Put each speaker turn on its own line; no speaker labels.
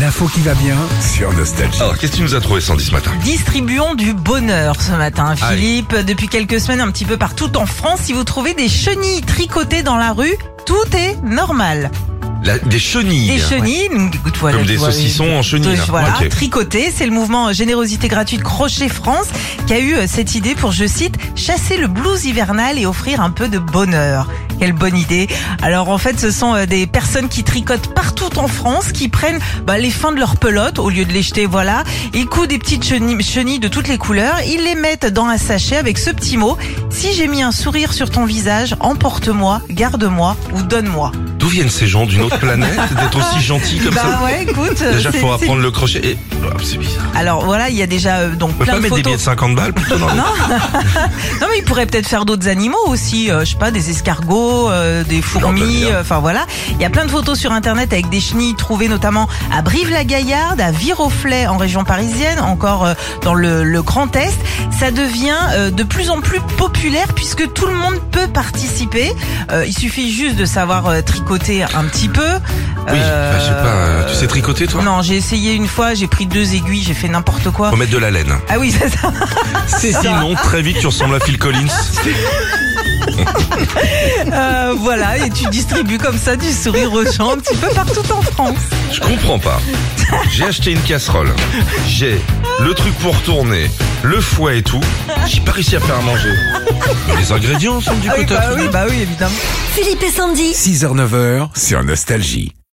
L'info qui va bien
sur Nostalgie. Alors, qu'est-ce que tu nous as trouvé, Sandy, ce matin
Distribuons du bonheur ce matin,
Ah
Philippe. Depuis quelques semaines, un petit peu partout en France, si vous trouvez des chenilles tricotées dans la rue, tout est normal.
La- Des chenilles.
Des chenilles, donc, écoute, voilà,
Comme
tu
des
vois,
saucissons en chenilles.
Deux-
là.
Voilà,
Ok.
tricoté, c'est le mouvement Générosité gratuite Crochet France qui a eu euh, cette idée pour, je cite, chasser le blues hivernal et offrir un peu de bonheur. Quelle bonne idée. Alors en fait, ce sont euh, des personnes qui tricotent partout en France, qui prennent bah, les fins de leur pelote au lieu de les jeter, voilà. Ils coudent des petites chenilles, chenilles de toutes les couleurs, ils les mettent dans un sachet avec ce petit mot "Si j'ai mis un sourire sur ton visage, emporte-moi, garde-moi ou donne-moi."
D'où viennent ces gens d'une autre planète d'être aussi gentils comme
Bah
ça
ouais, écoute, euh,
Déjà,
c'est-
faut
c'est-
apprendre le crochet. Et... Ah, c'est bizarre.
Alors voilà, il y a déjà euh, donc
On peut
plein
pas
de
mettre des
photos
billets de 50 balles plutôt dans le-
Non mais il pourrait peut-être faire d'autres animaux aussi, euh, je sais pas, des escargots, euh, des fourmis,
L'ordonnière.
euh, enfin voilà. Il y a plein de photos sur internet avec des chenilles trouvées notamment à Brive-la-Gaillarde, à Viroflay en région parisienne, encore euh, dans le, le Grand Est. Ça devient euh, de plus en plus populaire puisque tout le monde peut participer. Euh, il suffit juste de savoir euh, tricoter un petit peu.
Oui, enfin, je sais pas. euh, Tu sais tricoter, toi
Non, j'ai essayé une fois, j'ai pris deux aiguilles, j'ai fait n'importe quoi.
Faut mettre de la laine.
Ah oui, c'est ça.
Sinon, très vite, tu ressembles à Phil Collins.
Euh, voilà, et tu distribues comme ça du sourire aux gens un petit peu partout en France.
Je comprends pas. J'ai acheté une casserole. J'ai le truc pour tourner, le fouet et tout. J'ai pas réussi à faire à manger. Les ingrédients sont du
Ah oui,
côté.
bah oui, bah oui, évidemment.
Philippe et Sandy.
6h-9h sur Nostalgie.